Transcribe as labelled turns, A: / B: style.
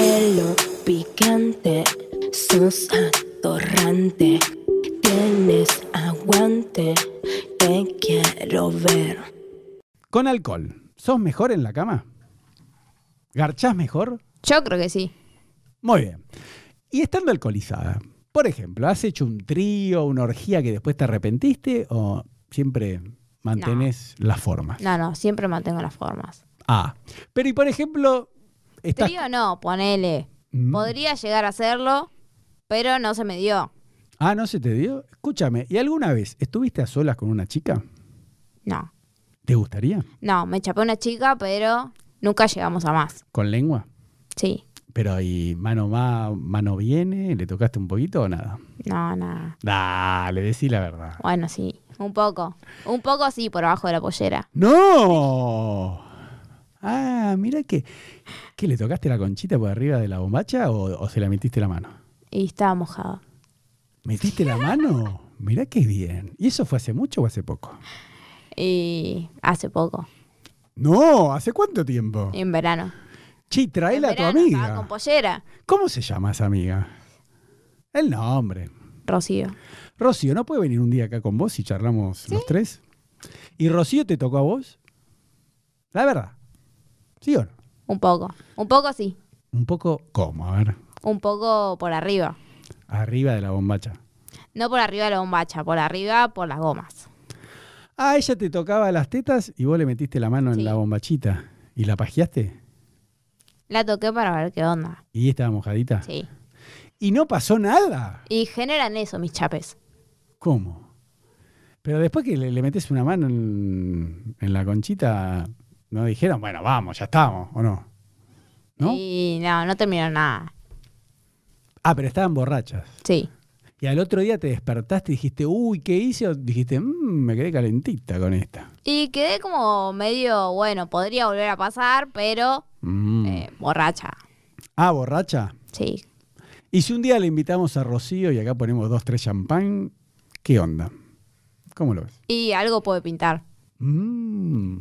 A: pelo picante, sos atorrante, tienes aguante, te quiero ver.
B: Con alcohol, ¿sos mejor en la cama? ¿Garchás mejor?
C: Yo creo que sí.
B: Muy bien. Y estando alcoholizada, por ejemplo, ¿has hecho un trío, una orgía que después te arrepentiste o siempre mantenés las formas?
C: No, no, siempre mantengo las formas.
B: Ah, pero y por ejemplo, estás...
C: Trío no, ponele.
B: Mm.
C: Podría llegar a hacerlo, pero no se me dio.
B: Ah, ¿no se te dio? Escúchame, ¿y alguna vez estuviste a solas con una chica?
C: No.
B: ¿Te gustaría?
C: No, me chapé a una chica, pero nunca llegamos a más.
B: ¿Con lengua?
C: Sí.
B: Pero ¿y mano va, mano viene? ¿Le tocaste un poquito o nada?
C: No, nada.
B: Dale, decí la verdad.
C: Bueno, sí. Un poco. Un poco sí, por abajo de la pollera.
B: ¡No! Ah, mira que. ¿Qué le tocaste la conchita por arriba de la bombacha o, o se la metiste la mano?
C: Y estaba mojado.
B: ¿Metiste la mano? Mirá qué bien. ¿Y eso fue hace mucho o hace poco?
C: Y hace poco.
B: No, ¿hace cuánto tiempo?
C: En verano.
B: Che,
C: En
B: traela a tu
C: verano Estaba
B: amiga.
C: con pollera.
B: ¿Cómo se llama esa amiga? El nombre.
C: Rocío.
B: Rocío, ¿no puede venir un día acá con vos y charlamos los tres? ¿Y Rocío te tocó a vos? La verdad. ¿Sí o no?
C: Un poco. Un poco sí.
B: Un poco. ¿Cómo? A ver.
C: Un poco por arriba.
B: Arriba de la bombacha.
C: No por arriba de la bombacha, por arriba por las gomas.
B: Ah, ella te tocaba las tetas y vos le metiste la mano en
C: Sí.
B: la bombachita. ¿Y la pajeaste?
C: La toqué para ver qué onda.
B: ¿Y estaba mojadita?
C: Sí.
B: ¿Y no pasó nada?
C: Y generan eso mis chapes.
B: ¿Cómo? Pero después que le, le metes una mano en, en la conchita, ¿no dijeron, bueno, vamos, ya estamos, o no? ¿No?
C: Y no, no terminó nada.
B: Ah, pero estaban borrachas.
C: Sí.
B: Y al otro día te despertaste y dijiste, uy, ¿qué hice? O dijiste, "Mm, me quedé calentita con esta.
C: Y quedé como medio, bueno, podría volver a pasar, pero
B: Mm.
C: eh, borracha.
B: Ah, borracha.
C: Sí.
B: Y si un día le invitamos a Rocío y acá ponemos dos, tres champán, ¿qué onda? ¿Cómo lo ves?
C: Y algo puede pintar.
B: Mm.